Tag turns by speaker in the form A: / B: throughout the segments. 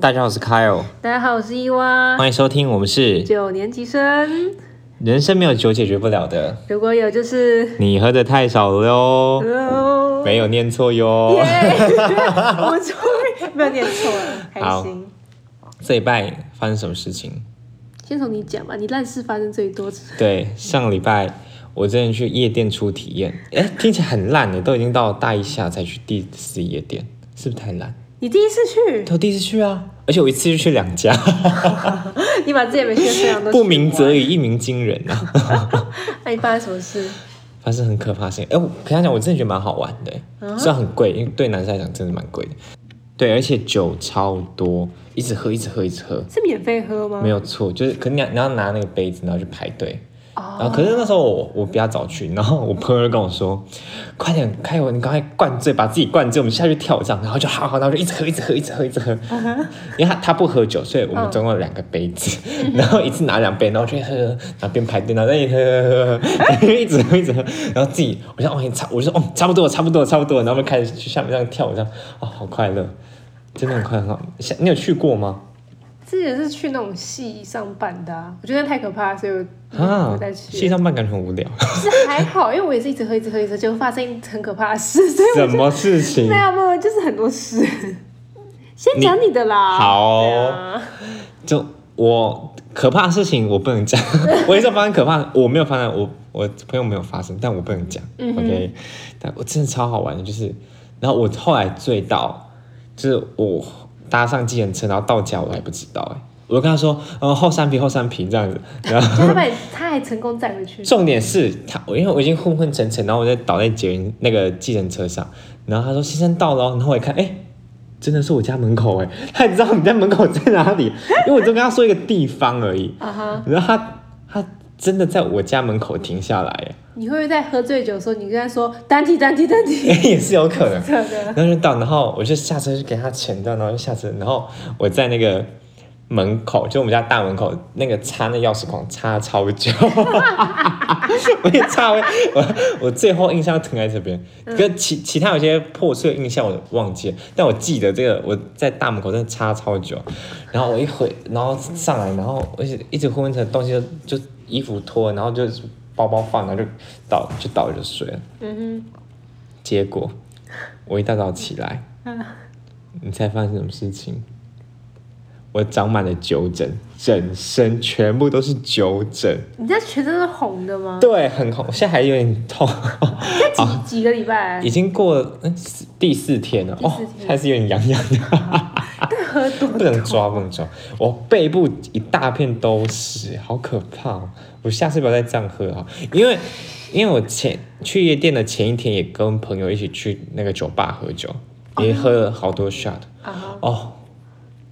A: 大家好，我是 Kyle，
B: 大家好，我是伊娃，
A: 欢迎收听，我们是
B: 九年级生。
A: 人生没有酒解决不了的，
B: 如果有就是，
A: 你喝的太少了哟，
B: 哦
A: 没有念错哟。
B: 耶， 我终于没有念错了，开心。
A: 这一拜发生什么事情？
B: 先从你讲吧，你烂事发生最多次。
A: 对，上礼拜我真的去夜店出体验，哎，听起来很烂的，都已经到大一下才去第一次夜店，是不是太烂？
B: 你第一次去，
A: 我第一次去啊，而且我一次就去两家，
B: 你把自己没去的非常多。
A: 不鸣则。已，一鸣惊人啊。
B: 那你发生什么事？
A: 发生很可怕的事情。哎、我跟他讲，我真的觉得蛮好玩的、欸虽然很贵，因为对男生来讲真的蛮贵的。对，而且酒超多，一直喝，一直喝，一直喝，
B: 是免费喝吗？
A: 没
B: 有。
A: 有错，就是可能你要你要拿那个杯子，然后去排队。然后可是那时候我我比较早去，然后我朋友就跟我说，快点开我，你赶快灌醉，把自己灌醉，我们下去跳这样。然后就好好，然后就一直喝，一直喝，一直喝，一直喝。因为他他不喝酒，所以我们总共有两个杯子，然后一次拿两杯，然后去喝，然后边排队，然后再喝喝喝喝，一直喝一直喝，然后自己我想哦你差，我就说哦差不多了差不多了差不多了，然后就开始去下面这样跳，这样哦好快乐，真的很快乐。像你有去过吗？
B: 之前是去那种戏上班的、啊，我觉得太可怕，所以我
A: 啊
B: 不再，
A: 西
B: 去。
A: 上半感觉很无聊。
B: 是还好，因为我也是一直喝，一直喝，一直喝，结果发生很可怕的事，所以
A: 什么事情
B: 没？有没有，就是很多事。先讲你的啦。
A: 好
B: 对啊
A: 就我可怕的事情我不能讲， 我也是发生可怕的，我没有发生，我我朋友没有发生，但我不能讲、o
B: 嗯
A: k 但我真的超好玩的，就是，然后我后来醉到，就是我搭上计程车，然后到家我还不知道、欸，我就跟他说，嗯，后三瓶后三瓶这样子，然后。
B: 就他把你他还成功载回去。
A: 重点是他，我因为我已经昏昏沉沉，然后我在倒在捷运那个计程车上，然后他说先生到了哦，然后我一看，哎、真的是我家门口哎， 他也知道你家门口在哪里，因为我就跟他说一个地方而已，
B: 啊哈！
A: 然后他他真的在我家门口停下来哎，
B: 你会不会在喝醉酒的时候，你跟他说单体单体单 体？
A: 哎也是有可能，
B: 真 的，
A: 然后就到，然后我就下车就给他钱到，然后就下车，然后我在那个门口，就我们家大门口那个插那钥匙孔插超久， 我也插我我我最后印象停在这边，跟其其他有些破碎的印象我忘记了，但我记得这个我在大门口真的插超久，然后我一回，然后上来，然后而且一直昏昏沉的东西就就衣服脱了，然后就包包放，然后就倒就倒着睡了。
B: 嗯
A: 结果我一大早起来，
B: 哼，
A: 你猜发生什么事情？我长满了酒疹，整身全部都是酒疹，
B: 你家全身是红的吗？
A: 对，很红，我现在还有点痛，
B: 那
A: 啊
B: 几几个礼拜
A: 已经过了嗯四第四天了，
B: 第四
A: 哦，
B: 天
A: 还是有点痒痒的，
B: 喝多
A: 不能抓，不能抓，我背部一大片都是，好可怕、哦！我下次不要再这样喝啊，因为因为我前去夜店的前一天也跟朋友一起去那个酒吧喝酒，也喝了好多 shot，
B: 啊哈！
A: 哦，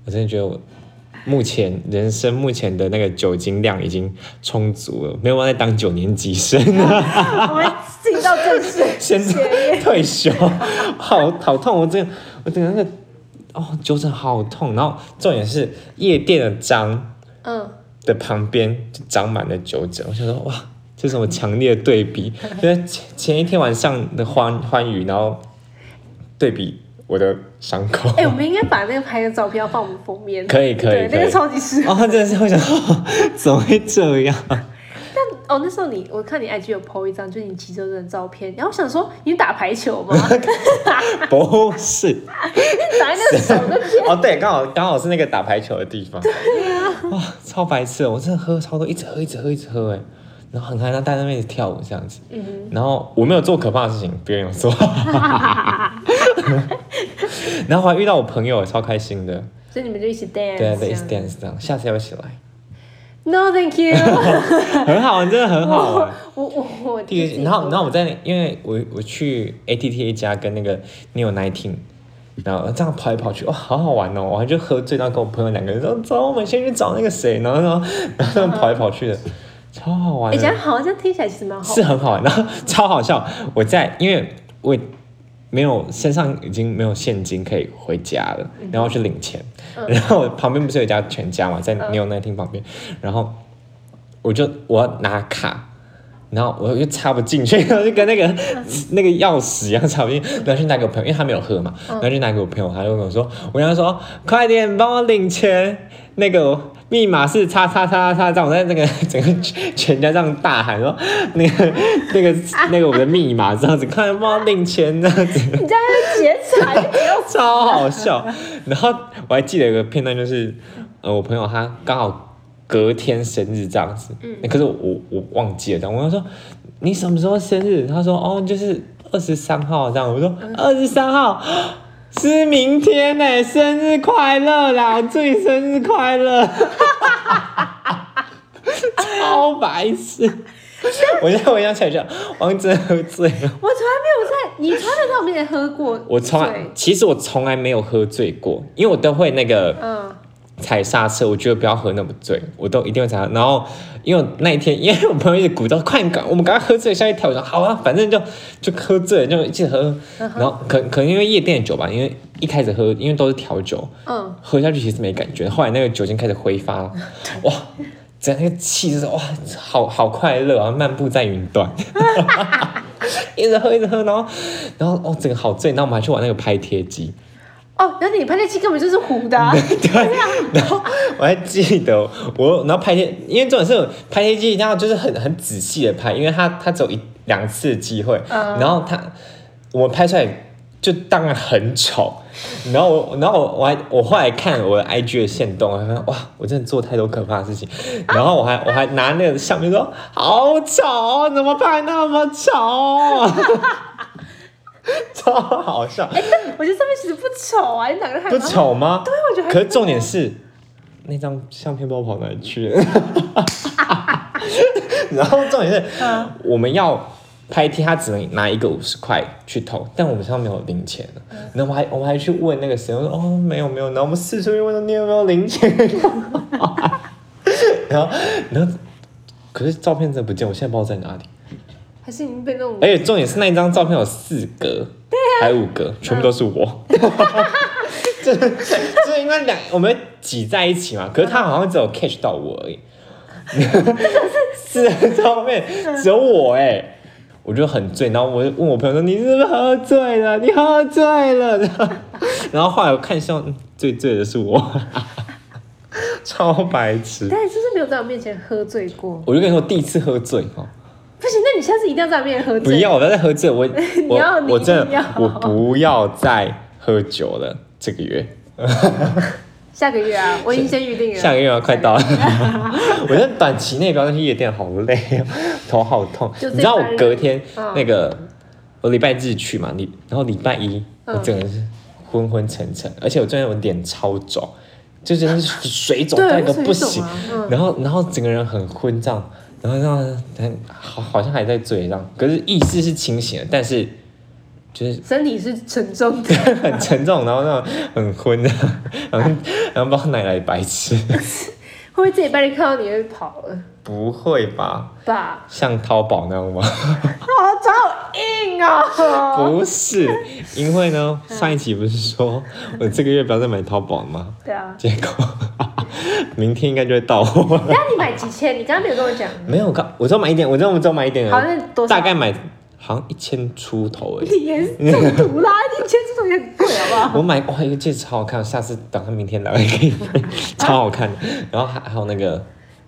A: 我真的觉得我目前人生目前的那个酒精量已经充足了，没有办法再当九年级生了，
B: 我们进到正事，
A: 现在 退休，好好痛！我真的，我真的那个哦，酒疹好痛。然后重点是夜店的章
B: 嗯，
A: 的旁边就长满了酒疹，我想说哇。这是什么强烈的对比？因为前前一天晚上的欢欢愉，然后对比我的伤口。
B: 哎，我们应该把那个拍的照片要放我们封面。
A: 可以可以
B: 对，那
A: 可
B: 个
A: 以
B: 超级适合。
A: 哦，真的是会想， 怎么会这样？
B: 哦，那时候你我看你 IG 有 PO 一张，就是你骑车的照片，然后我想说你打排 球吗？
A: 不是，
B: 打在那个手那边，
A: 哦，对，刚好刚好是那个打排球的地方。
B: 啊
A: 哇，超白痴的！我真的喝超多，一直喝，一直喝，一直喝，哎，然后很嗨，然后在那边一直跳舞这样子。
B: 嗯
A: 然后我没有做可怕的事情，别人有做。 然后还遇到我朋友，超开心的。
B: 所以你们就一起 dance 这
A: 对
B: 样。
A: 对，一直 dance 这样，下次要不要一起来？
B: No, thank you
A: 很好，玩，真的很好啊玩。
B: 我。我我我
A: 第一个，然后然后我在，因为我我去 ATT 一家跟那个 New Nineteen，然后这样跑来跑去，哇、好好玩哦！我还就喝醉到跟我朋友两个人说，走，我们先去找那个谁，然后然后然后他们跑来跑去的，超好玩
B: 哎，
A: 的，
B: 讲得好像听起来其实蛮好
A: 是很好玩，然后 超好笑。我在，因为我没有身上已经没有现金可以回家了，然后去领钱，然后旁边不是有一家嗯全家嘛，在 New Nineteen 旁边，然后我就我要拿卡。然后我就插不进去，然后就跟那个那个钥匙一样插不进去，然后就拿给我朋友，因为他没有喝嘛，然后就拿给我朋友，他就跟我说，我跟他说快点帮我领钱，那个密码是叉叉叉叉叉，我在那个整个全家这样大喊说那个那个那个我的密码这样子，快点帮我领钱这样子。
B: 你这样就劫财，
A: 超好笑。然后我还记得有个片段，就是呃，我朋友他刚好隔天生日这样子，嗯，可是我我我忘记了，这样我就说你什么时候生日？他说哦，就是二十三号这样。我说二十三号。是明天呢、生日快乐啦！祝你生日快乐， 超白痴！ 我现在回想起来就，王真的喝醉了。
B: 我从来没有在你从来没有在我面前喝过醉，
A: 我从来，其实我从来没有喝醉过，因为我都会那个
B: 嗯，
A: 踩刹车，我觉得不要喝那么醉，我都一定会踩刹车。然后因为我那一天， 因为我朋友一直鼓捣，快点赶，我们赶快喝醉下去跳。我说好啊，反正就就喝醉了就一直喝。然后可可能因为夜店的酒吧，因为一开始喝，因为都是调酒，
B: 嗯，
A: 喝下去其实没感觉，后来那个酒精开始挥发，哇。整个气就是哇，好好快乐啊，漫步在云端， 一直喝一直喝，然后然后哦，整个好醉，然后我们还去玩那个拍贴机，
B: 哦，那你拍那期根本就是糊的啊、
A: 对，然后我还记得我，然后拍贴，因为这种是拍贴机，然后就是很很仔细的拍，因为他他只有一两次机会，
B: 嗯
A: 然后他我拍出来就当然很丑，然后我然后我我还我后来看我的 IG 的线动，我发现哇，我真的做太多可怕的事情，然后我还我还拿那个相片说好丑，哦怎么拍那么丑，哦 超好笑。
B: 哎、但我觉得上面其实不丑啊，你哪个还
A: 不？丑吗？对，
B: 我觉得还
A: 可是重点是，那张相片不知道跑哪里去 了。然后重点是，
B: 嗯
A: 我们要拍贴，他只能拿一个五十块去投，但我们身上没有零钱了。
B: 嗯
A: 然后我还我们还去问那个谁，我说哦没有没有，然后我们四处去问说你有没有零钱， 然后然后可是照片真的不见，我现在不知道在哪里。
B: 还是已经被那种
A: 而且重点是那一张照片有四格，对啊，还有五格，全部都是 我。就是就是因为两我们挤在一起嘛，可是他好像只有 catch 到我 而已。四张照片只有我哎、我就很醉，然后我就问我朋友说：“你是不是喝醉了？你喝醉了？” 然后后来我看向嗯最醉的是我， 超白痴。
B: 但你是不是没有在我面前喝醉过？
A: 我就跟你说，第一次喝醉哈。哦
B: 不行，那你下次一定要在我面前喝
A: 不
B: 醉。
A: 要，我不要再喝醉， 我
B: 你
A: 我
B: 要你
A: 我真
B: 一定要
A: 的我不要再喝酒了。这个月，
B: 下个月啊，我已经先预定了。
A: 下个月要快 到了，我觉得短期内不要再去夜店，好累哦，头好痛。
B: 就
A: 你知道我
B: 这一班人
A: 隔天
B: 嗯
A: 那个，我礼拜日去嘛，你然后礼拜一我
B: 嗯
A: 整个人是昏昏沉沉，而且我昨天我脸超肿，就真的是水肿
B: 对
A: 到一个
B: 水
A: 不
B: 肿
A: 行
B: 啊嗯，
A: 然后然后整个人很昏胀，然后让很好好像还在醉这样，可是意识是清醒的，但是就是
B: 身体是沉重的，
A: 很沉重，然后那种很昏的， 然后然后不知道哪里来的白痴，
B: 会不会这礼拜天看到你会跑了？
A: 不会吧？
B: 吧，
A: 像淘宝那样吗？
B: 好脚好哦硬 哦。
A: 不是，因为呢，上一期不是说我这个月不要再买淘宝吗？
B: 对啊，
A: 结果明天应该就会到货了。
B: 那你买几千？你刚刚没有跟我讲。
A: 没有，我刚我只有买一点，我只有只有买一点而已，
B: 好那多少
A: 大概买好像一千出头而已。
B: 你也是中毒啦！一千这种也很贵，好不好？
A: 我买哇，一个戒指超好看，下次等他明天来我也可以买， 超好看的。然后还还有那个，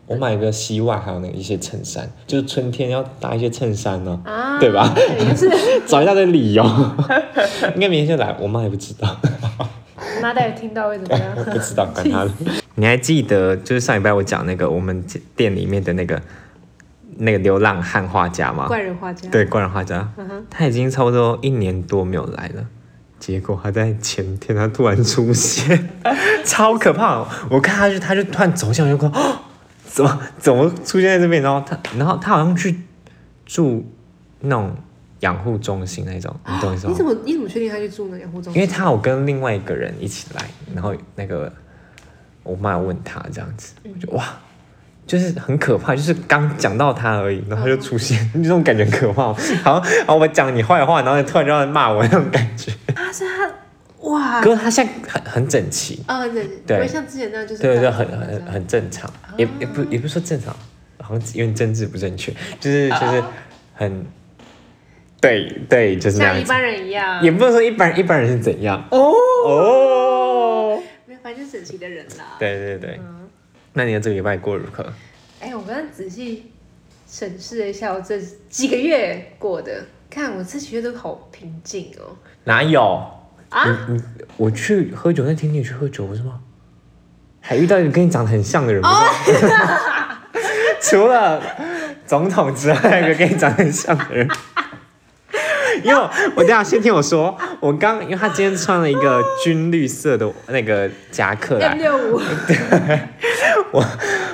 A: 我买一个西袜，还有那个一些衬衫，就是春天要搭一些衬衫呢、
B: 啊，
A: 对吧？
B: 就是
A: 找一大堆理由，应该明天就来，我妈也不知道，
B: 妈到底听到会怎么样？
A: 不知道管她的。你还记得就是上礼拜我讲那个我们店里面的那个那个流浪汉画家吗？
B: 怪人画家，
A: 对，灌人画家，他已经差不多一年多没有来了。结果他在前天，他突然出现， 超可怕！哦我看他就，他就突然走向我，就说、 哦：“怎么怎么出现在这边？”然后他，然后他好像去住那种养护中心那种，你懂我意思
B: 你
A: 吗
B: 怎？么你怎么确定他去住那养护中
A: 因为
B: 心？
A: 他有跟另外一个人一起来，然后那个我妈有问他这样子，我就哇，就是很可怕，就是刚讲到他而已，然后他就出现， 这种感觉很可怕，好像啊我讲你坏话，然后你突然就要骂我那种感觉。
B: 他是他，哇，
A: 可是他现在很很整齐，
B: 啊对，不
A: 对
B: 会像之前那样就是
A: 对对，
B: 长得
A: 很
B: 像
A: 很很正常，也也不也不是说正常，好像有点政治不正确，就是就是
B: 哦
A: 很，对对，就是那
B: 像
A: 样
B: 一
A: 子，
B: 般人一样
A: 也，不能说一般人一般人是怎样哦哦，
B: 没有，反正就是整齐的人啦。，
A: 对对对，
B: 嗯，
A: 那你的这个礼拜过得如何？
B: 哎，我刚刚仔细审视了一下我这几个月过的，看我这几个月都好平静哦。
A: 哪有？
B: 啊，
A: 你你我去喝酒那天你也去喝酒不是吗？还遇到一个跟你长得很像的人不是吗？
B: 哦
A: 除了总统之外，还有一个跟你长得很像的人。因为我我等一下先听我说，我刚因为他今天穿了一个军绿色的那个夹克来
B: 六，六五，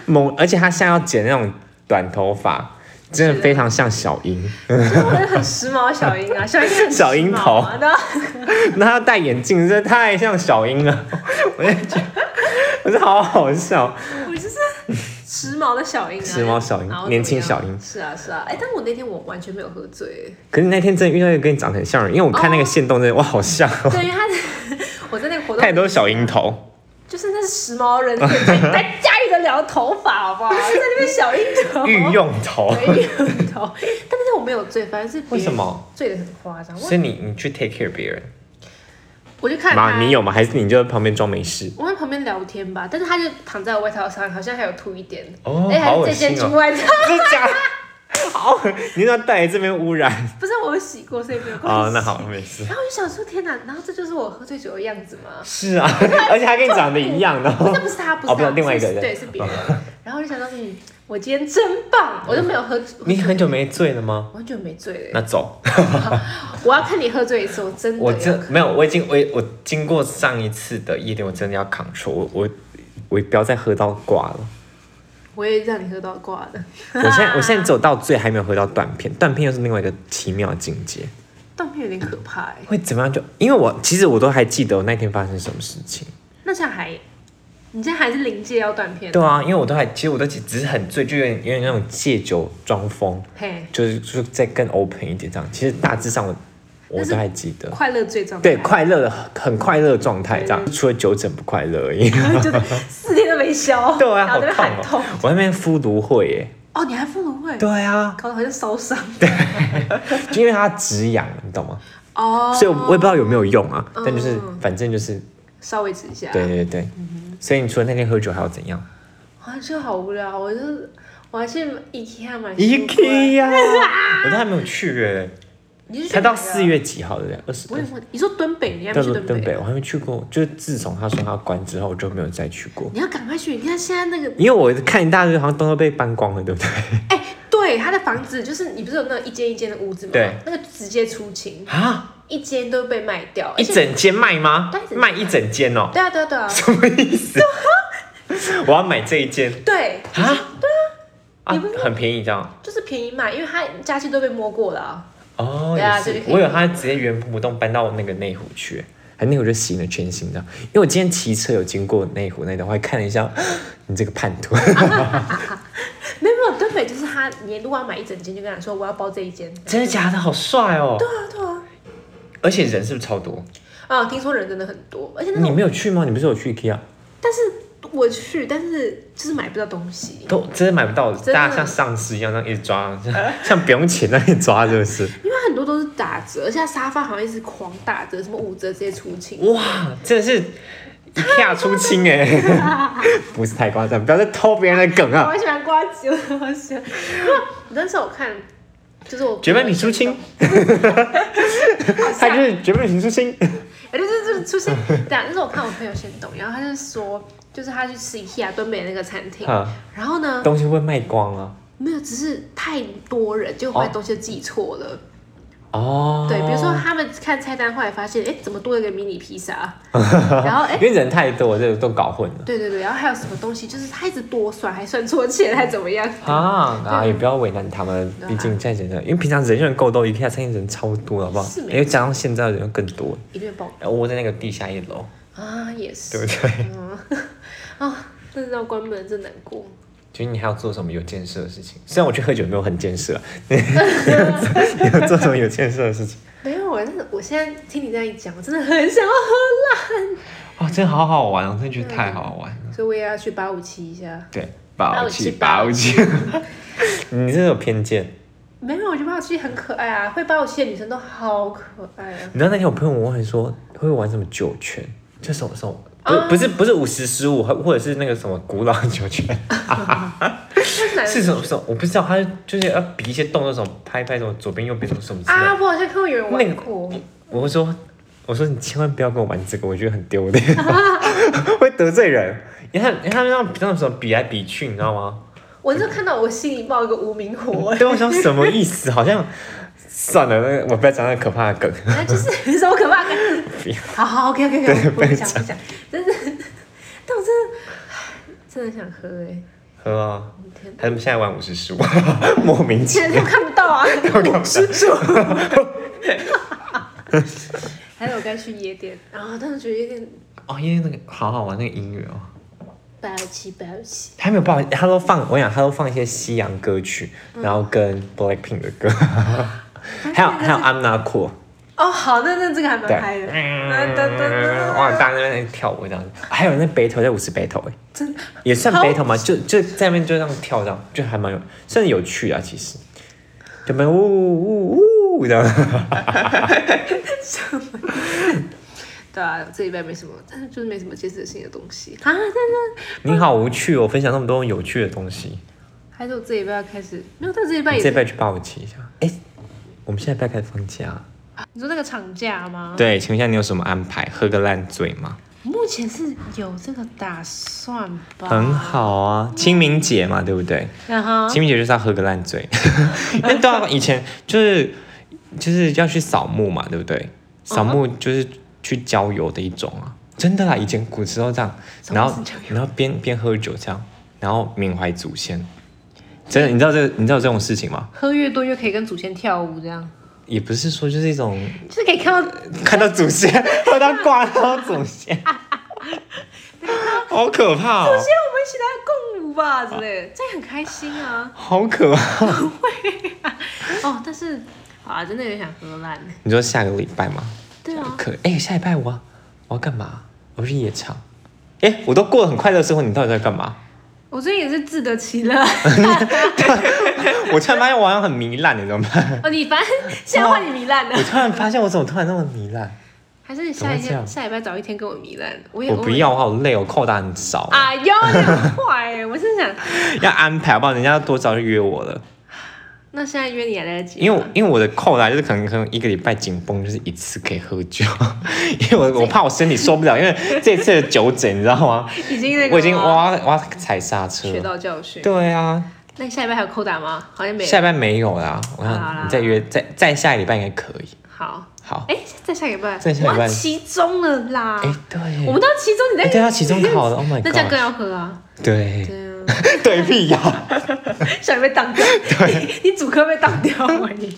A: 猛，而且他现在要剪那种短头发，真的
B: 是
A: 非常像小樱。
B: 我很时髦，小樱 啊，小樱很时髦啊
A: 小樱头
B: 然后
A: 那他戴眼镜，真的太像小樱了， 我就觉得，我觉得好好笑。
B: 我就是时髦的小樱啊，
A: 时髦小樱
B: 然后怎么样
A: 年轻小樱
B: 是啊是啊，哎、但我那天我完全没有喝醉，
A: 可是那天真的遇到一个跟你长得很像的人，因为我看那个线动真的，哇，好像 哦，
B: 对，因为他我在那个活动，
A: 他也都是小樱，头，
B: 就是那是时髦人，可以来驾驭得了头发 好不好？在那边小樱头，
A: 御用头。
B: 对，御用头，但是我没有醉，反正是别人
A: 为什么
B: 醉得很夸张？
A: 所以
B: 我
A: 你你去 take care 别人
B: 我就看
A: 妈，
B: 他，
A: 你有吗？还是你就在旁边装没事？
B: 我在旁边聊天吧，但是他就躺在我外套上，好像还有吐一点，
A: 哦
B: 哎、
A: 好恶
B: 还是这件
A: 心哦
B: 出外套，
A: 真的假的？ 好，你要带来这边污染
B: 不是我有洗过，所以没有关系。
A: 啊、哦？那好，没事。
B: 然后我就想说，天哪！然后这就是我喝醉酒的样子吗？
A: 是 啊，而且还跟你长得一样，然后
B: 那不是他，不
A: 哦
B: 是
A: 不是
B: 他，
A: 另外一个
B: 是
A: 人哦
B: 对，是别人。然后我就想到，嗯，我今天真棒，我都没有喝，
A: 你很久没醉了吗？
B: 我很久没醉
A: 那
B: 了。
A: 走，
B: 我要看你喝醉一次，我真的
A: 我
B: 要。
A: 真没有，我已经我我经过上一次的夜店，我真的要 control，我我我不要再喝到挂 了。
B: 我也让你喝到挂的。
A: 我现在我现在只有到醉，还没有喝到断片，断片又是另外一个奇妙的境界。
B: 断片有点可怕哎，
A: 会怎么样就？因为我其实我都还记得我那天发生什么事情。
B: 那这样还，你这样还是临界要断片。
A: 对啊，因为我都还其实我都只是很醉，就有点有点那种借酒装疯，
B: 嘿，
A: 就是就是再更 open 一点这样。其实大致上我我
B: 但是
A: 都还记得。
B: 快乐最重要。
A: 对，快乐的很快乐的状态，这样
B: 对
A: 除了酒疹不快乐而已。
B: 就是四天都没 消。
A: 对啊，
B: 然后
A: 好
B: 在那边
A: 痛
B: 喊
A: 哦
B: 痛。！
A: 我那边敷芦荟耶。
B: 哦，你还不芦荟？
A: 对啊，
B: 搞得好像烧伤。
A: 就因为它止痒，你懂吗？
B: 哦。
A: 所以我我也不知道有没有用啊，但就是
B: 嗯
A: 反正就是
B: 稍微止一下。
A: 对对对，所以你除了那天喝酒还要怎样
B: 啊，这个好无聊，我就我还去 IKEA 买书柜
A: ？IKEA，我都还没有去耶，
B: 你是去
A: 才到
B: 哪个啊
A: 四，月几号对不对？二十
B: 我也问，你说敦北，你还没去
A: 对
B: 敦
A: 对对，我还没去过。就是自从他说他要关之后，我就没有再去过。
B: 你要赶快去，你看现在那个，
A: 因为我看一大堆，好像都要被搬光了，对不对？
B: 哎、对，他的房子就是你不是有那种一间一间的屋子吗？
A: 对，
B: 那个直接出清，
A: 啊，
B: 一间都被卖掉，而
A: 一
B: 且
A: 整间卖吗
B: 对一整？间
A: 卖一整间哦，
B: 对啊对啊对啊，
A: 什么意 思？我要买这一间
B: 对，
A: 啊？对啊
B: 你不是
A: 很便宜这样
B: 就是便宜卖，因为他假期都被摸过了、啊，
A: 哦。
B: 对啊
A: 也
B: 这
A: 是
B: 就可以
A: 我有他直接原封不动搬到那个内湖去，还内湖就洗了全新的。因为我今天骑车有经过内湖那段，我还看了一下 你这个叛徒。
B: 没有没有，敦北就是他，你如果要买一整间，就跟他说我要包这一间，
A: 真的假的？好帅哦！
B: 对啊对啊，
A: 而且人是不是超多？
B: 啊，听说人真的很多，而且那
A: 你
B: 种，
A: 没有去吗？你不是有去 IKEA？
B: 但是我去，但是就是买不到东西，
A: 都真的买不到，
B: 的
A: 大家像丧尸一样，那样一直 抓，像像不用钱那样一直抓，是不是？
B: 因为很多都是打折，而且它沙发好像一直狂打折，什么五折直接出清。
A: 哇，真的是一下出清哎、 不是太夸张，不要再偷别人的梗
B: 我
A: 啊！
B: 很喜欢瓜子，我好 喜欢。那时候我看，就是我
A: 绝版你出清，他就是绝版你出清，
B: 哎，就是就是出现。对啊，那时候我看我朋友先懂，然后他就说，就是他去吃 IKEA 敦北那个餐厅，
A: 哈，
B: 然后呢，
A: 东西会不会卖光啊。
B: 没有，只是太多人，就后来东西就记错了。
A: 哦，
B: 对，比如说他们看菜单，后来发现，哎，怎么多了一个迷你 披萨？然后哎
A: 因。为人太多，这个都搞混了
B: 对对对，然后还有什么东西，就是他一直多算，还算错钱，还怎么样？
A: 啊，然后也不要为难他们，
B: 对啊
A: 毕竟现在人，因为平常人就很够多，一下餐厅人超多，好不好
B: 是？没
A: 因为加上现在的人又更多，
B: 一定爆
A: 然后窝在那个地下一楼，
B: 啊，也是，
A: 对不对？
B: 嗯，啊，真的要关门真难过。
A: 觉得你还要做什么有建设的事情？虽然我去喝酒没有很建 设，你有做什么有建设的事 情？
B: 没有，我真的，我现在听你这样一讲，我真的很想要喝
A: 哦，真的好好玩哦，真的觉得太好玩了。
B: 辣，所以我也要去八五七一下。
A: 对，抱
B: 气
A: 起抱起， 你真的有偏见。
B: 没有，我觉得八五七很可爱啊，会八五七的女生都好可爱啊。
A: 你知道那天我朋友问我说会玩什么九圈，就什么什么，不是、
B: 啊
A: 不是不是五十十五，或者是那个什么古老的九圈，
B: 那是男
A: 是
B: 的
A: 什么什么我不知道，他就是要比一些动作，什么拍拍什么左边右边什么什么之类的。
B: 啊，我好像看过有人玩过，
A: 我会说我说你千万不要跟我玩这个，我觉得很丢脸， 会得罪人。你看你看他们那种那种什么比来比去，你知道吗？
B: 我就看到我心里冒一个无名火，
A: 对，我想什么意思？好像算了，那个我不要讲那个可怕的梗。
B: 那就是什么可怕的感
A: 不
B: 觉。好好，OK OK OK，不讲不讲，真的，但我真的真的想喝哎、
A: 喝啊，
B: 我的天哪，
A: 他们现在玩五十十五， 莫名其
B: 现在
A: 妙
B: 都。看不到啊，叔叔。还有该去夜店，然后但是觉得夜店
A: 哦，因为那个好好玩那个音乐哦，
B: 八五七八五七，
A: 他没有办法，他都放，我想他都放一些西洋歌曲，
B: 嗯
A: 然后跟 Blackpink 的 歌，还有还有 I'm Not Cool，
B: 哦好，那那这个还
A: 对
B: 蛮嗨的，，啊噔噔噔
A: 哇，大家在那边跳舞这样子，还有人在 battle 在舞池 battle 哎、
B: 真的
A: 也算
B: 好
A: battle 嘛，就就在那边就这样跳这样，就还蛮有，算有趣啊，其实，就蛮呜呜呜呜这
B: 嗯
A: 样，
B: 对啊，这礼拜没什么，但是就是没什么建设性的东西啊。但是
A: 你好无趣哦，分享那么多有趣的东西，
B: 还是我这礼拜要开始，没有，但这礼拜
A: 你
B: 也
A: 这
B: 是
A: 边去帮我记一下，哎、我们现在不要开始放假。
B: 你说那个长假吗？，
A: 对，请问一下你有什么安排？喝个烂醉吗？
B: 目前是有这个打算吧。
A: 很。好啊，清明节嘛，对不对？
B: 然后
A: 清明节就是要喝个烂醉， 因为对啊，以前就是就是要去扫墓嘛，对不
B: 啊
A: 对？扫墓就是去郊游的一种啊，真的啦，以前古时候这样，
B: 什么
A: 然后
B: 是郊
A: 然后边边喝酒这样，然后缅怀祖先。真的，你知道这你知道这种事情吗？
B: 喝越多越可以跟祖先跳舞，这样
A: 也不是说就是一种
B: 就是可以看到
A: 看到祖先，喝到挂到祖 先，好可怕哦！
B: 现在我们一起来共舞吧之
A: 哦
B: 类的，这样很开心啊。
A: 好可怕！
B: 哦，但是啊，真的有点想喝烂。
A: 你说下个礼拜吗？
B: 对啊，
A: 可哎、下礼拜我要我要干嘛？我要去夜场。哎、我都过得很快乐的生活，你到底在干嘛？
B: 我最近也是自得其乐。
A: 我突然发现我好像很糜烂，你怎么 办？
B: 哦，你反正 现在换你糜烂了
A: 我，突然发现我怎么突然那么糜烂？
B: 还是下一
A: 怎么会这样
B: 天下礼拜早一天跟我糜烂？我也
A: 我不要，我好累，我扣打很少，
B: 啊，有你很坏耶！我是想，
A: 要安排好不好？人家多早就约我了，
B: 那现在约你还来得及吗？
A: 因为我因为我的扣打就是可能可能一个礼拜紧绷就是一次可以喝酒， 因为我我怕我身体受不了，因为这次的酒疹你知道吗？
B: 已经那个
A: 我已经
B: 了吗
A: 哇哇踩刹车
B: 学
A: 了，
B: 到教训。
A: 对啊，
B: 那你下礼拜还有扣打吗？好像没
A: 下
B: 有。
A: 礼拜没有啦，我
B: 好啦好啦
A: 想你再约再再下礼拜应该可以。
B: 好，
A: 好，
B: 哎，在下礼拜，
A: 在下礼拜
B: 哇期中了啦
A: 哎、！对，
B: 我们到期中，你
A: 哎
B: 在
A: 对啊，期中考了，Oh my
B: 那这样更
A: god，
B: 要喝啊！
A: 对，
B: 对啊，
A: 对屁呀、
B: 下礼拜当掉， 你你主科被当掉了你。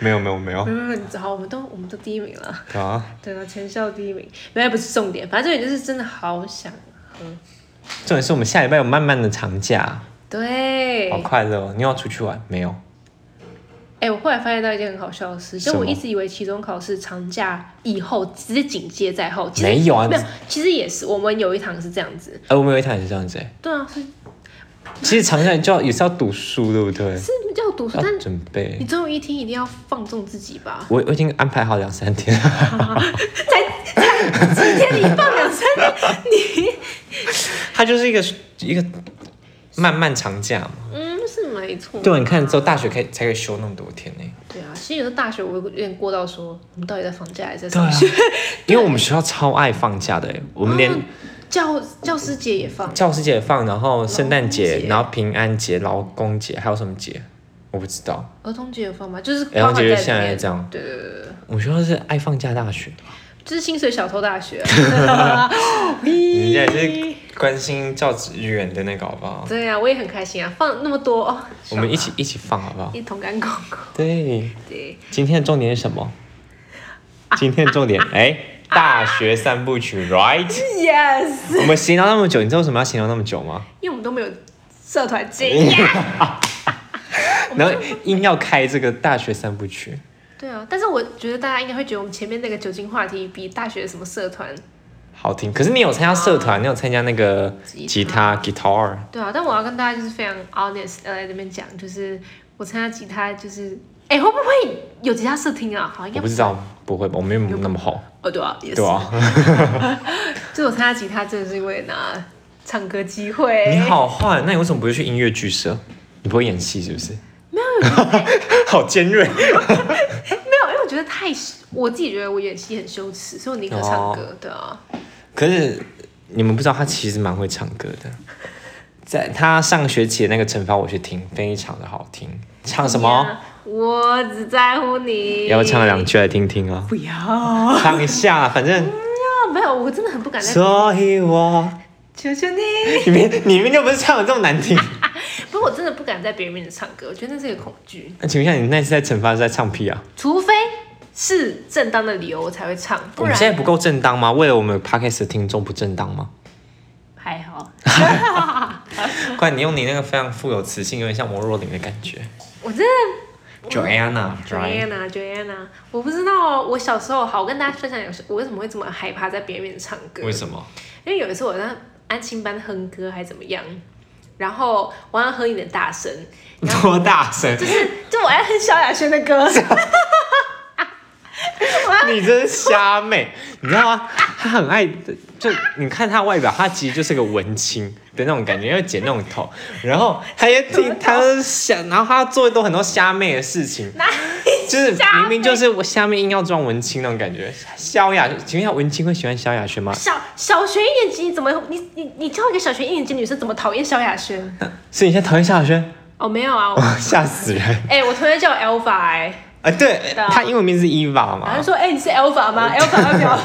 A: 没有没有没有
B: 没有没有，你好，我们都我们都第一名了。
A: 啊，
B: 对啊，全校第一名，原来不是重点，反正重点就是真的好想啊喝。
A: 重点是我们下礼拜有慢慢的长假，
B: 对，
A: 好快乐、哦。你要出去玩没有？
B: 哎、我后来发现到一件很好笑的事，就
A: 什
B: 我
A: 么
B: 一直以为期中考试长假以后只是紧接在后，其实
A: 没有啊
B: 没有，其实也是我们有一堂是这样子，
A: 哎、我们有一堂也是这样子、哎，
B: 对啊，是
A: 其实长假就要也是要读书，对不对？
B: 是要读书，但
A: 要准
B: 你
A: 备。，
B: 总有一天一定要放纵自己吧
A: 我我已经安排好两三天，
B: 才才几天你放两三天，你
A: 它就是一个一个漫漫长假嘛。
B: 嗯是没错，
A: 对啊，你看之后大学可以才可以休那么多天呢、
B: 对啊，其实有时候大学我有点过到说，我们到底在放假还是在
A: 对
B: 上
A: 啊
B: 学？，
A: 因为我们学校超爱放假的、哎，我们连、
B: 嗯教教师节也放，
A: 教师节放，然后圣诞
B: 劳
A: 节
B: 动，节
A: 然后平安节、劳工节，还有什么节？我不知道。
B: 儿童节也放吗？就是
A: 然
B: 包
A: 后
B: 含
A: 节就
B: 在
A: 现
B: 里
A: 在
B: 面
A: 这，样，
B: 对对对对对。
A: 我学校是爱放假大学。
B: 就是薪水小偷大学、啊
A: 你也
B: 咦，
A: 是关心教职员的那个好不好？
B: 对啊，我也很开心啊，放那么多哦，
A: 我们一
B: 爽
A: 起一起放好不好
B: 啊？一同甘共苦。
A: 对，
B: 对，
A: 今天的重点是什么？
B: 啊
A: 今天的重 点哎、大学三部曲，right？
B: yes，
A: 我们闲聊那么久，你知道为什么要闲聊那么久吗？
B: 因为我们都没有 社团经
A: 嗯
B: 验。
A: 然后硬要开这个大学三部曲，
B: 对啊，但是我觉得大家应该会觉得我们前面那个酒精话题比大学什么社团
A: 好听。可是你有参加社团，你有参加那个吉
B: 吉
A: 他
B: 他
A: guitar，
B: 对啊，但我要跟大家就是非常 honest 地来这边讲，就是我参加吉他，就是哎、会不会有吉他社听啊？好像应
A: 我
B: 该
A: 不知道，不会吧？我没有那么好，
B: 哦，对啊，也是。
A: 对啊，
B: 就我参加吉他，真的是为了拿唱歌机会。
A: 你好坏，那你为什么不是去音乐剧社？你不会演戏是不是？没有， 好尖锐。
B: 没有，因为我觉得太，我自己觉得我演戏很羞耻，所以我宁可唱歌。
A: 哦
B: 对啊，
A: 可是你们不知道，他其实蛮会唱歌的。在他上学期的那个惩罚，我去听，非常的好听。唱什么？？
B: 啊我只在乎你。
A: 要不要唱两？句来听听啊？
B: 不要。
A: 唱一下，反正。
B: 啊没有，我真的很不敢再。
A: 所以我，
B: 求求你！
A: 你们你们就不是唱的这么难听。
B: 不是，我真的不敢在别人面前唱歌，我觉得那是一个恐惧。
A: 那请问一下，你那次在惩罚是在唱屁啊？
B: 除非是正当的理由，我才会唱，
A: 我
B: 不
A: 们
B: 然
A: 现在不够正当吗？为了我们 podcast 的听众不正当吗？
B: 还 好。
A: 快，你用你那个非常富有磁性，有点像摩若琳的感觉。
B: 我真的
A: Joanna，Joanna，
B: Joanna Joanna，我不知道，我小时候好，我跟大家分享一下，我为什么会这么害怕在别人面前唱歌？
A: 为什么？
B: 因为有一次我在安亲班哼歌还怎么样，然后我要哼有点大声，
A: 多大声？
B: 就是就我要哼萧亚轩的 歌，
A: 你真是瞎妹，你知道吗？她很爱，就你看她外表，她其实就是个文青的那种感觉，因为剪那种头，然后她也挺，她都是瞎，然后她做都很多瞎妹的事情，
B: 那
A: 就是
B: 瞎妹
A: 明明就是我下面硬要装文青那种感觉。萧亚，请问一下，文青会喜欢萧亚轩吗？
B: 小小学一年级你怎么你你你教一个小学一年级女生怎么讨厌萧亚轩？
A: 所以你现在讨厌萧亚轩，
B: 哦，没有啊，我
A: 吓死人！
B: 哎、我同学叫我 Alpha 哎、
A: 啊，对，
B: 啊
A: 她英文名是 Eva
B: 然后
A: 嘛？
B: 说哎、你是 Alpha 吗？Alpha 要不 要？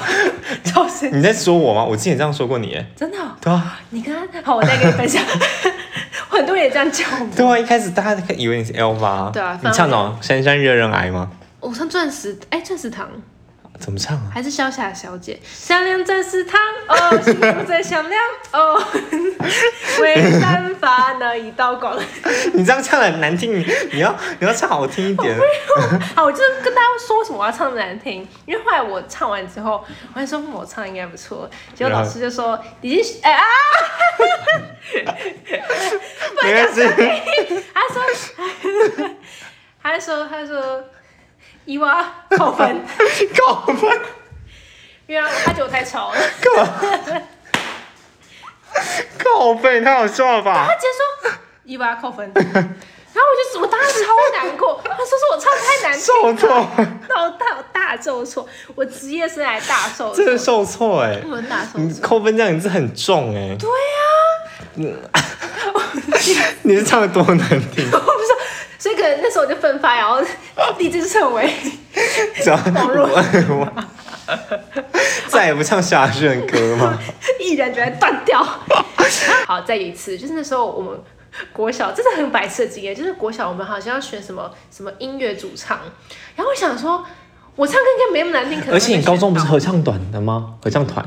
B: 超神，
A: 你在说我吗？我之前这样说过你耶，
B: 真的哦、
A: 对啊，
B: 你跟他好，我再跟你分享， 我很多人也这样叫我。
A: 对啊，一开始大家以为你是 Elva，
B: 对啊
A: 你唱什么《深山热热爱》吗？
B: 我唱钻石，哎、钻石糖
A: 怎么唱 啊？
B: 还是萧夏小姐，闪亮钻石糖哦，幸福最响亮哦， 为散发那一道光。
A: 你这样唱的很难听，你你要你要唱好听一点。
B: 好，我就是跟大家说为什么我要唱那么难听，因为后来我唱完之后，我还说嗯我唱应该不错，结果老师就说你是哎、啊，
A: 没关系，
B: 他说，他说他说，伊娃扣分，
A: 搞分
B: 因为他觉得我太吵了。
A: 搞分，太好笑了吧
B: 他？直接说一八扣分，然后我就我当时超难过，他说是我唱太难听
A: 受
B: 了，
A: 挫，
B: 然后大大受挫，我职业生涯大受挫
A: 真，的受挫哎、
B: 我大受
A: 你
B: 挫。
A: 扣分这样你是很重哎、对呀、你是唱的多难听，
B: 我不知道，所以可能那时候我就奋发，然后立志成为
A: 只要我我 再也不唱萧亚轩的歌吗？
B: 毅然决然断掉。好，再有一次，就是那时候我们国小，这是很白痴的经验，就是国小我们好像要选什么什么音乐主唱，然后我想说，我唱歌应该没那么难听，可能
A: 而且
B: 会
A: 你
B: 被
A: 高
B: 选
A: 中不是
B: 到
A: 合唱团的吗？合唱团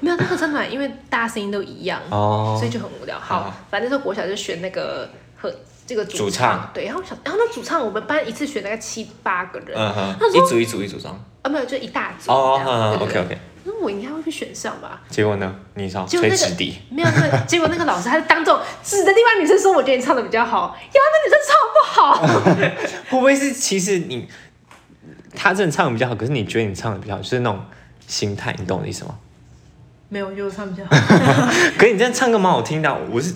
B: 没有那个真的，因为大家声音都一样，
A: 哦
B: 所以就很无聊。
A: 好
B: 好，反正那时候国小就选那个和这个
A: 主
B: 主
A: 唱
B: 对，然后我想，然后那主唱我们班一次选大概七八个人，
A: 嗯哼
B: 他，
A: 一
B: 说
A: 组一组一组唱。
B: 啊没有，就一大组
A: 哦
B: 这样
A: 嗯
B: 对对
A: ，OK
B: 对
A: OK。
B: 那我应该会被选上吧？
A: 结果呢？你唱
B: 结果
A: 吹
B: 那
A: 纸
B: 个
A: 笛，
B: 没有，那个结果那个老师他就当众指着另外女生说：“我觉得你唱的比较好。”然后那女生唱不好，
A: 会 不会是其实你他真的唱的比较好，可是你觉得你唱的比较好，就是那种心态，你懂我的意思吗？
B: 没有，我觉得我唱得比较好。
A: 可是你真的唱歌蛮好听的啊，我是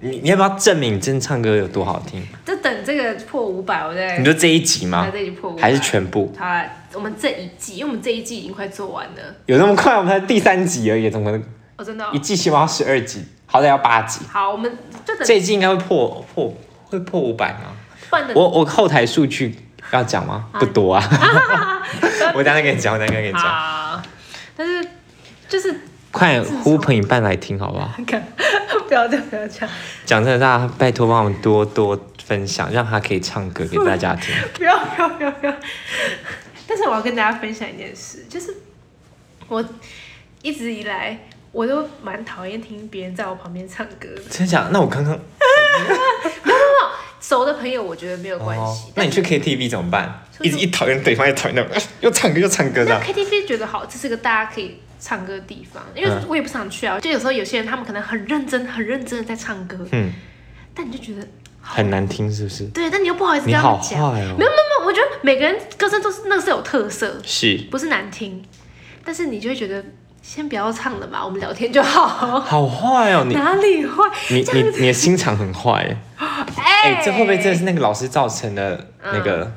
A: 你你要不要证明你真的唱歌有多好听？
B: 就等这个破五百，我再
A: 你说这一集吗
B: 来？这一集破五百，
A: 还是全部？
B: 好啦我们这一季，因为我们这一季已经快做完了。
A: 有那么快？我们才第三集而已，怎么可能
B: 哦，真的哦、
A: 一季起码要十二集，好歹要八集。
B: 好，我们就等
A: 这一季应该会破破会破五百吗？
B: 换的。
A: 我我后台数据要讲吗？不多啊， 我等一下再跟你讲，我等一下再跟你讲。
B: 好，啊但是就是
A: 快呼朋引伴来听好不好？
B: 不要这样，不要这样，
A: 讲真的，大家拜托帮我们多多分享，让他可以唱歌给大家听。
B: 不要不要不要不要。但是我要跟大家分享一件事，就是我一直以来我都蛮讨厌听别人在我旁边唱歌的，
A: 真的假的？那我刚刚
B: 熟的朋友我觉得没有关系，
A: 哦，那
B: 但
A: 你去 KTV 怎么办？
B: 所
A: 一
B: 以
A: 直
B: 就
A: 一讨厌对方，一讨厌对方，又唱歌又唱歌
B: 那
A: 的。
B: KTV 觉得好，这是个大家可以唱歌的地方，因为
A: 嗯
B: 我也不常去啊。就有时候有些人他们可能很认真、很认真的在唱歌，
A: 嗯，
B: 但你就觉得
A: 很难听是不是？
B: 对，但你又不好意思
A: 你
B: 跟他
A: 好
B: 们
A: 坏
B: 讲。
A: 哦
B: 没，有没有没有，我觉得每个人歌声都是那个是有特色，
A: 是
B: 不是难听，但是你就会觉得先不要唱了吧，我们聊天就好。
A: 好坏哦，你
B: 哪里会？
A: 你
B: 这
A: 你
B: 样子
A: 你的心肠很坏耶，
B: 哎、嗯
A: 哎，这会不会真的是那个老师造成的那个？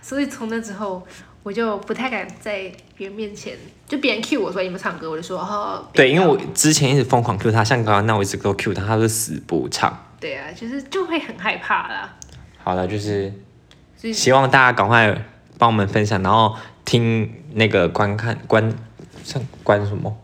B: 所以从那之后，我就不太敢在别人面前，就别人 cue 我说你们唱歌，我就说哦。不
A: 对，因
B: 要
A: 为我之前一直疯狂 Q 他，像刚刚那我一直都 Q 他，他就死不唱。
B: 对啊，就是就会很害怕啦。
A: 好了，就是
B: 所以
A: 希望大家赶快帮我们分享，然后听那个观看观像观什 么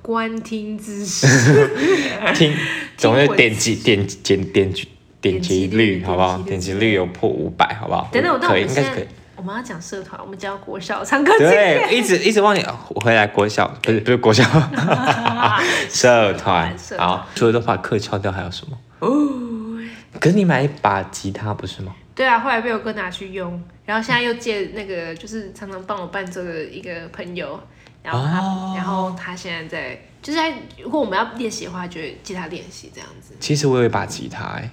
B: 观听之识，
A: 听，总
B: 我
A: 之
B: 的
A: 点击点点点击点击
B: 击率
A: 率好不好？点
B: 点击
A: 击
B: 率
A: 率有破五百好不好？
B: 等等，我但我
A: 可以，
B: 们
A: 应
B: 现
A: 该是可以
B: 在。我们要讲社团，我们讲国小唱歌经
A: 对，
B: 验。
A: 一直一直忘记哦我回来国 小，不是不是国小，社团
B: 社。团
A: 好，除了都把课敲掉，还有什么？哦，可是你买一把吉他不是吗？
B: 对啊，后来被我哥拿去用，然后现在又借那个，就是常常帮我伴奏的一个朋友，然后他，
A: 哦
B: 然后他现在在，就是在如果我们要练习的话，就会借他练习这样子。
A: 其实我有一把吉他、欸，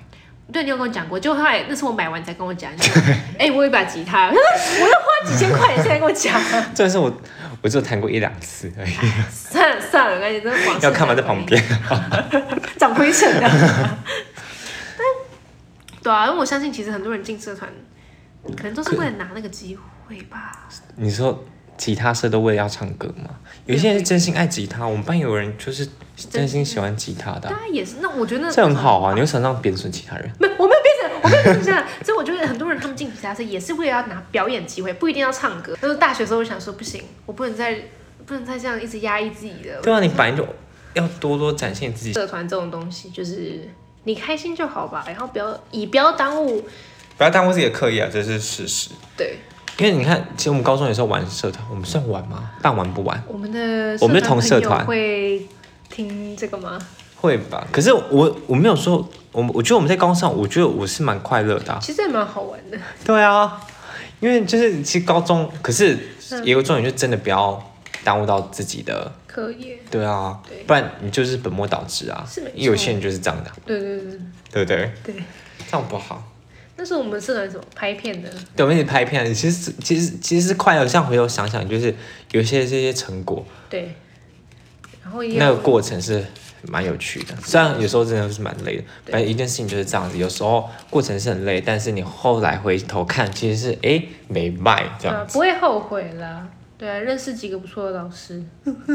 B: 对，你有跟我讲过，就后来那是我买完才跟我讲，你说 哎、我有一把吉他，我要花几千块，你现在跟我讲，
A: 这是我我只有弹过一两次而已，
B: 算了算了，赶紧真的往 事
A: 要啊看吗？在
B: 再回
A: 旁边。
B: 长灰尘的。但对啊，因为我相信，其实很多人进社团，可能都是为了拿那个机会吧。
A: 你说吉他社都为了要唱歌吗？有些人是真心爱吉他，我们班有人就是真心喜欢吉他的啊、
B: 当然也是，那我觉得那
A: 这很好啊！你为什么让别人损其他人？
B: 没，我没有变成，我没有变成这样。所以我觉得很多人他们进吉他社也是为了要拿表演机会，不一定要唱歌。就是大学的时候，我想说不行，我不能再不能再这样一直压抑自己的
A: 对啊，你本来就要多多展现自己。
B: 社团这种东西，就是你开心就好吧，然后不要以不要耽误
A: 不要耽误自己的课业啊，这是事实。
B: 对
A: 因为你看，其实我们高中也是玩社团，我们算玩吗？半玩不玩，
B: 我们的
A: 我们是同社团
B: 朋友会听这个吗？
A: 会吧？可是我我没有说，我我觉得我们在高中上，我觉得我是蛮快乐的、啊。
B: 其实也蛮好玩的。
A: 对啊，因为就是其实高中，可是
B: 嗯
A: 也有重点，就真的不要耽误到自己的。
B: 可以，
A: 对啊
B: 对，
A: 不然你就是本末倒置啊
B: 是没。错
A: 有些人就是这样的啊，
B: 对对
A: 对
B: 对
A: 不对？
B: 对对。
A: 这样不好。
B: 那是我们社团什么拍片的，
A: 对，我们一起拍片，其实其实其实是快乐。像回头想想，就是有一些这些成果，
B: 对。然后也
A: 那个
B: 有
A: 过程是蛮有趣的，虽然有时候真的是蛮累的。反正一件事情就是这样子，有时候过程是很累，但是你后来回头看，其实是哎没卖这
B: 啊
A: 样，子。
B: 不会后悔啦。对啊，认识几个不错的老师，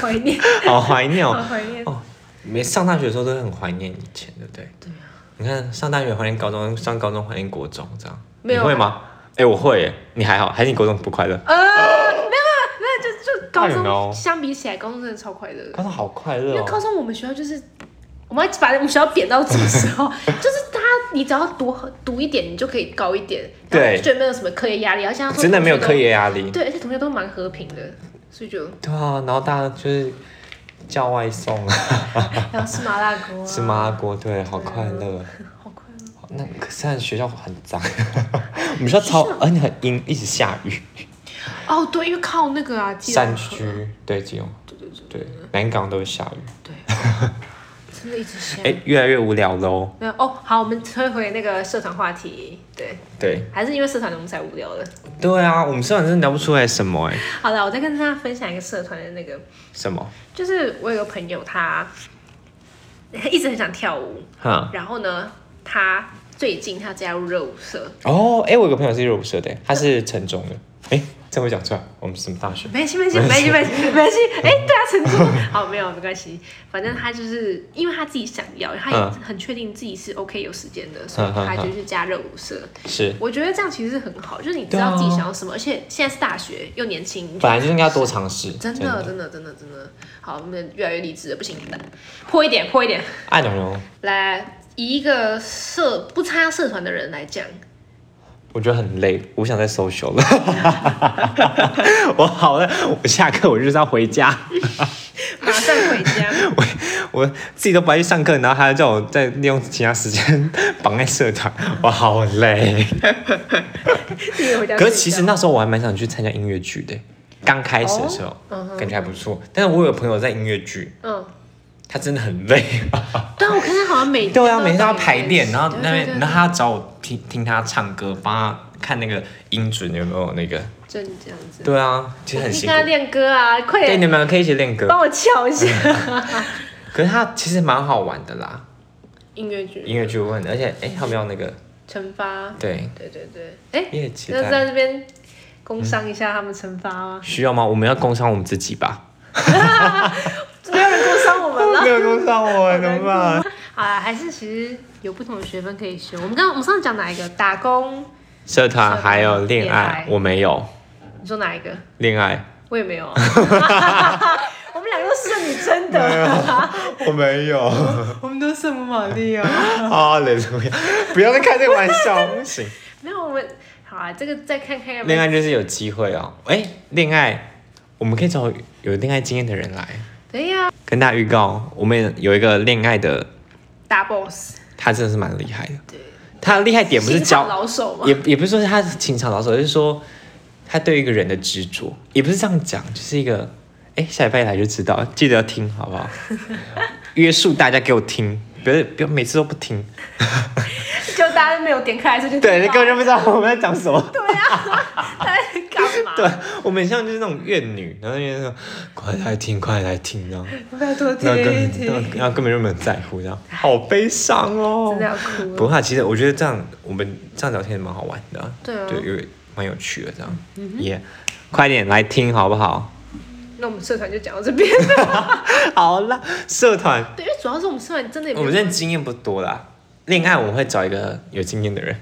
B: 怀念，
A: 好怀念
B: 好
A: 哦！
B: 怀念。
A: 没上大学的时候都很怀念以前，对不对？
B: 对啊
A: 你看上大学怀念高中，上高中怀念国中，这样
B: 没有啊
A: 你会吗？哎，我会耶，你还好，还是你国中不快乐？
B: 呃，没有没有，就就高
A: I don't know
B: 中相比起来，高中真的超快乐的。
A: 高中好快
B: 因
A: 乐
B: 为
A: 哦！
B: 高中我们学校就是，我们要把我们学校贬到什么时 候？就是他，你只要读读一点，你就可以高一点，然后
A: 对
B: 就觉得没有什么课业压力，而且他说
A: 真的没有
B: 同学都
A: 课业压力。
B: 对，而啊且同学都蛮和平的，所以就
A: 对啊，然后大家就是叫外送啊，
B: 还要吃麻辣锅、啊，
A: 吃麻辣锅，对，好快乐。
B: 好快乐。
A: 那可是在学校很 脏，我们学校超，而且很阴，一直下雨。
B: 哦，对，因为靠那个啊，基隆
A: 山
B: 河
A: 区对基隆，
B: 对对对
A: 对南港都会下雨。
B: 对，真的一直香。
A: 哎，越来越无聊喽。
B: 没有哦，好，我们推回那个社团话题，对，
A: 对
B: 还是因为社团我们才无聊的。
A: 对啊，我们社团真的聊不出来什么哎，
B: 好了，我再跟大家分享一个社团的那个，
A: 什么？
B: 就是我有个朋友，他一直很想跳舞，
A: 哈
B: 然后呢，他最近他加入热舞社，
A: 哦，哎，我有个朋友是热舞社的，他是城中的。哎，这样会讲出来，我们是什么大学？
B: 没关系，没关系，没关系，没关 系。哎、对啊，曾经 好没有没关系，反正他就是因为他自己想要，他也
A: 嗯
B: 很确定自己是 OK 有时间的，所以
A: 嗯嗯
B: 他就
A: 嗯
B: 去加热舞社。
A: 是，
B: 我觉得这样其实很好，就是你知
A: 对啊
B: 道自己想要什么，而且现在是大学又年轻，你就
A: 本来就应该多尝试。
B: 真的真的真的真的好，我们越来越励志了，不行，破一点破一点。
A: 爱暖融，
B: 来，以一个社不参加社团的人来讲，
A: 我觉得很累，我不想再 social 了。 我好了，我下课我就是要回家。
B: 马上回家。
A: 我自己都不爱去上课，然后还要叫我再利用其他时间绑在社团，我好累。
B: 自己回家睡觉。
A: 可是其实那时候我还蛮想去参加音乐剧的，刚开始的时候，
B: 嗯哼
A: 感觉还不错。但是我有朋友在音乐剧，
B: 嗯，
A: 他真的很 累。
B: 对啊，我看他好像每
A: 对啊，
B: 都
A: 每天都要
B: 有
A: 排练，
B: 练
A: 然后
B: 习
A: 那
B: 对对
A: 边，
B: 对
A: 然后他找我听听他唱歌，帮他看那个音准有没有那个。
B: 就这样子，
A: 对啊，其实
B: 你
A: 很
B: 去
A: 辛
B: 跟他
A: 苦。
B: 练歌啊，快
A: 对，你嗯
B: 点
A: 们可以一起练歌
B: 帮。我瞧一下
A: 可是他其实蛮好玩的啦，
B: 音乐剧
A: 音乐剧问，而且哎、他们要那个
B: 惩罚，
A: 对，
B: 对对对，哎，
A: 也期
B: 那在
A: 待。
B: 这边工商一下他们惩罚吗？
A: 需要吗？我们要工伤我们自己吧。嗯
B: 没有人工伤我们了。
A: 没有工伤我
B: 难过
A: 办？
B: 好啦，还是其实有不同的学分可以修。我们刚我们上次讲哪一个？打工？
A: 社团还有恋
B: 恋爱
A: 爱，我没有
B: 你说哪一个？
A: 恋爱，
B: 我也没 有啊。 我们两个都剩女真的，
A: 有，我没有。
B: 我们都圣母玛利啊。
A: 啊，雷主要不要再开这个玩笑，不行。
B: 没有，我们好啊，这个再看看要不
A: 恋
B: 要。
A: 爱就是有机会哦。哎，恋爱，我们可以找有恋爱经验的人来
B: 对呀、
A: 跟大家预告，我们有一个恋爱的，
B: 打 boss，
A: 他真的是蛮厉害的。
B: 对，
A: 他的厉害点不是
B: 新手
A: 教，
B: 老手嘛
A: 也。也不是说他是情场老手，而是说他对一个人的执着，也不是这样讲，就是一个，哎，下礼拜一来就知道，记得要听好 不好？约束大家给我听，不要不要每次都不听，
B: 就大家没有点开来的时候哦啊就
A: 对，
B: 知
A: 你
B: 道
A: 根本就不知道我们在讲什么。
B: 大家在干嘛？
A: 对，我们很像就是那种怨女，然后怨女说：“快来听，快来听！”然后
B: 拜托
A: 那根
B: 听一
A: 本，
B: 听，
A: 然后根本就没有在乎，这样好悲伤哦
B: 真的。要哭
A: 不
B: 了。
A: 过其实我觉得这样，我们这样聊天也蛮好玩的啊，
B: 对啊嗯
A: 对，有蛮有趣的这样。也、快点来听好不好？
B: 那我们社团就讲到这边，
A: 好啦，社团
B: 对因为主要是我们社团真的也没
A: 我
B: 有
A: 们现在经验不多啦，恋爱我们会找一个有经验的人，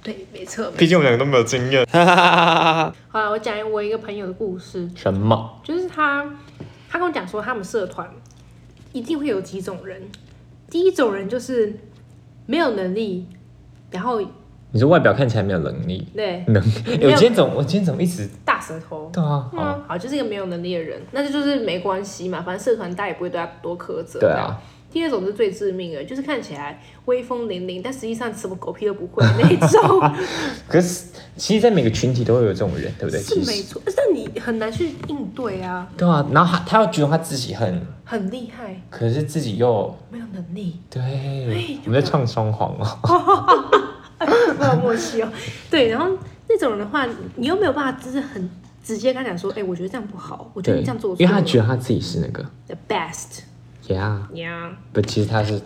B: 对，没错。
A: 毕竟我们两个都没有经 验。哈哈哈哈哈！
B: 好了，我讲我一个朋友的故事，
A: 什么？
B: 就是他，他跟我讲说，他们社团一定会有几种人，第一种人就是没有能力，然后
A: 你说外表看起来没有能力，
B: 对
A: 能？
B: 没有
A: 我今天怎么我今天怎么一直
B: 大舌头，
A: 对啊？好
B: 嗯，好，就是一个没有能力的人，那这就是没关系嘛，反正社团大家也不会对他多苛责。
A: 对啊。
B: 第二种是最致命的，就是看起来威风凛凛，但实际上什么狗屁都不会的那一种，
A: 可是，其实，在每个群体都会有这种人， 对不对？
B: 是
A: 其
B: 没
A: 实，
B: 错。但你很难去应对啊，
A: 对啊。然后他他又觉得他自己很，
B: 很厉害，
A: 可是自己又
B: 没有能 力，
A: 对
B: 哎，
A: 我们在唱双簧哦。
B: 没有默契哦。对，然后那种人的话，你又没有办法，就是很直接跟他讲说，哎、我觉得这样不好，我觉得
A: 对，
B: 你这样做错
A: 因为
B: 了，
A: 他觉得他自己是那个
B: the best
A: ，yeah，
B: 呀、
A: 不，其实他是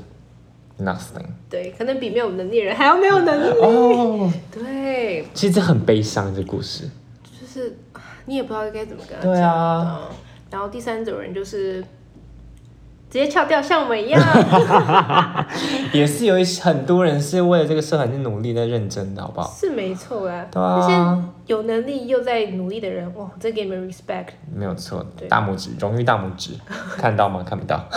A: nothing。
B: 对，可能比没有能力的人还要没有能 力。
A: 哦，
B: 对，
A: 其实这很悲伤，这故事。
B: 就是啊你也不知道该怎么跟他讲。
A: 对啊，
B: 嗯然后第三种人就是直接翘掉，像我们一样。
A: 也是有一些很多人是为了这个社团是努力在认真的，好不好？
B: 是没错啊，
A: 对啊
B: 那些有能力又在努力的人，哇，真给你们 respect。
A: 没有错
B: 对，
A: 大拇指，荣誉大拇指，看到吗？看不到。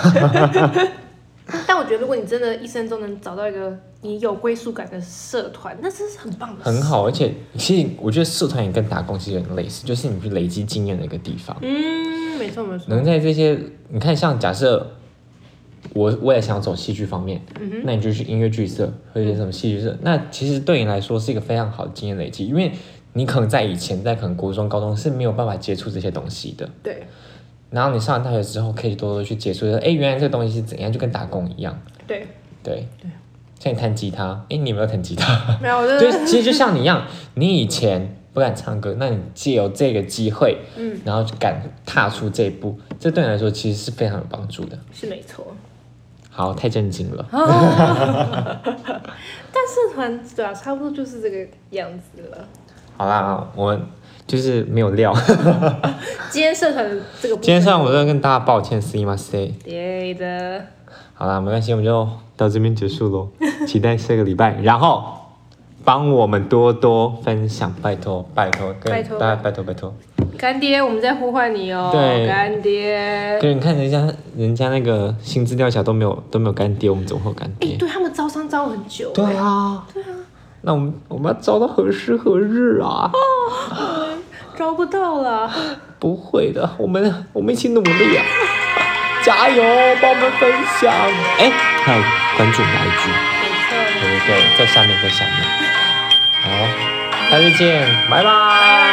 B: 但我觉得，如果你真的一生中能找到一个你有归属感的社团，那真是很棒的事。
A: 很好，而且其实我觉得社团也跟打工其实有点类似，就是你去累积经验的一个地方。
B: 嗯，没错没错。
A: 能在这些，你看，像假设我我也想走戏剧方面，那你就去音乐剧社或者什么戏剧社，那其实对你来说是一个非常好的经验累积，因为你可能在以前在可能国中、高中是没有办法接触这些东西的，
B: 对
A: 然后你上了大学之后可以多多去接触，哎、诶原来这个东西是怎样，就跟打工一样，
B: 对，
A: 对
B: 对。
A: 像你弹吉他，哎、你有没有弹吉他？
B: 没有，我 就
A: 就是其实就像你一样，你以前不敢唱歌，那你借由这个机会，
B: 嗯，
A: 然后就敢踏出这一步，这对你来说其实是非常有帮助的。
B: 是没错。
A: 好，太震惊了。
B: 但社团对啊，差不多就是这个样子了。
A: 好啦，我们就是没有料。
B: 今天社团的这个部分
A: 今天上午真的跟大家抱歉，see my say。
B: 对的，
A: 好啦，没关系，我们就到这边结束 喽。期待下个礼拜，然后帮我们多多分享，拜托，拜托，跟
B: 拜托
A: 拜拜托，拜托。
B: 干爹，我们在呼唤你哦，
A: 对
B: 干爹。
A: 跟你看人家，人家那个薪资吊桥都没有都没有干爹，我们怎么会有干
B: 哎、
A: 爹？
B: 对他们招商招很久、
A: 对
B: 哎，
A: 啊，对啊，那我们我们要找到何时何日 啊？
B: 招不到 了。
A: 不会的，我们我们一起努力啊！ 加油，帮我们分享。哎，还有关注我们的 IG，
B: 没错，
A: 对对对，在下面，在下面。好，下次见，拜拜。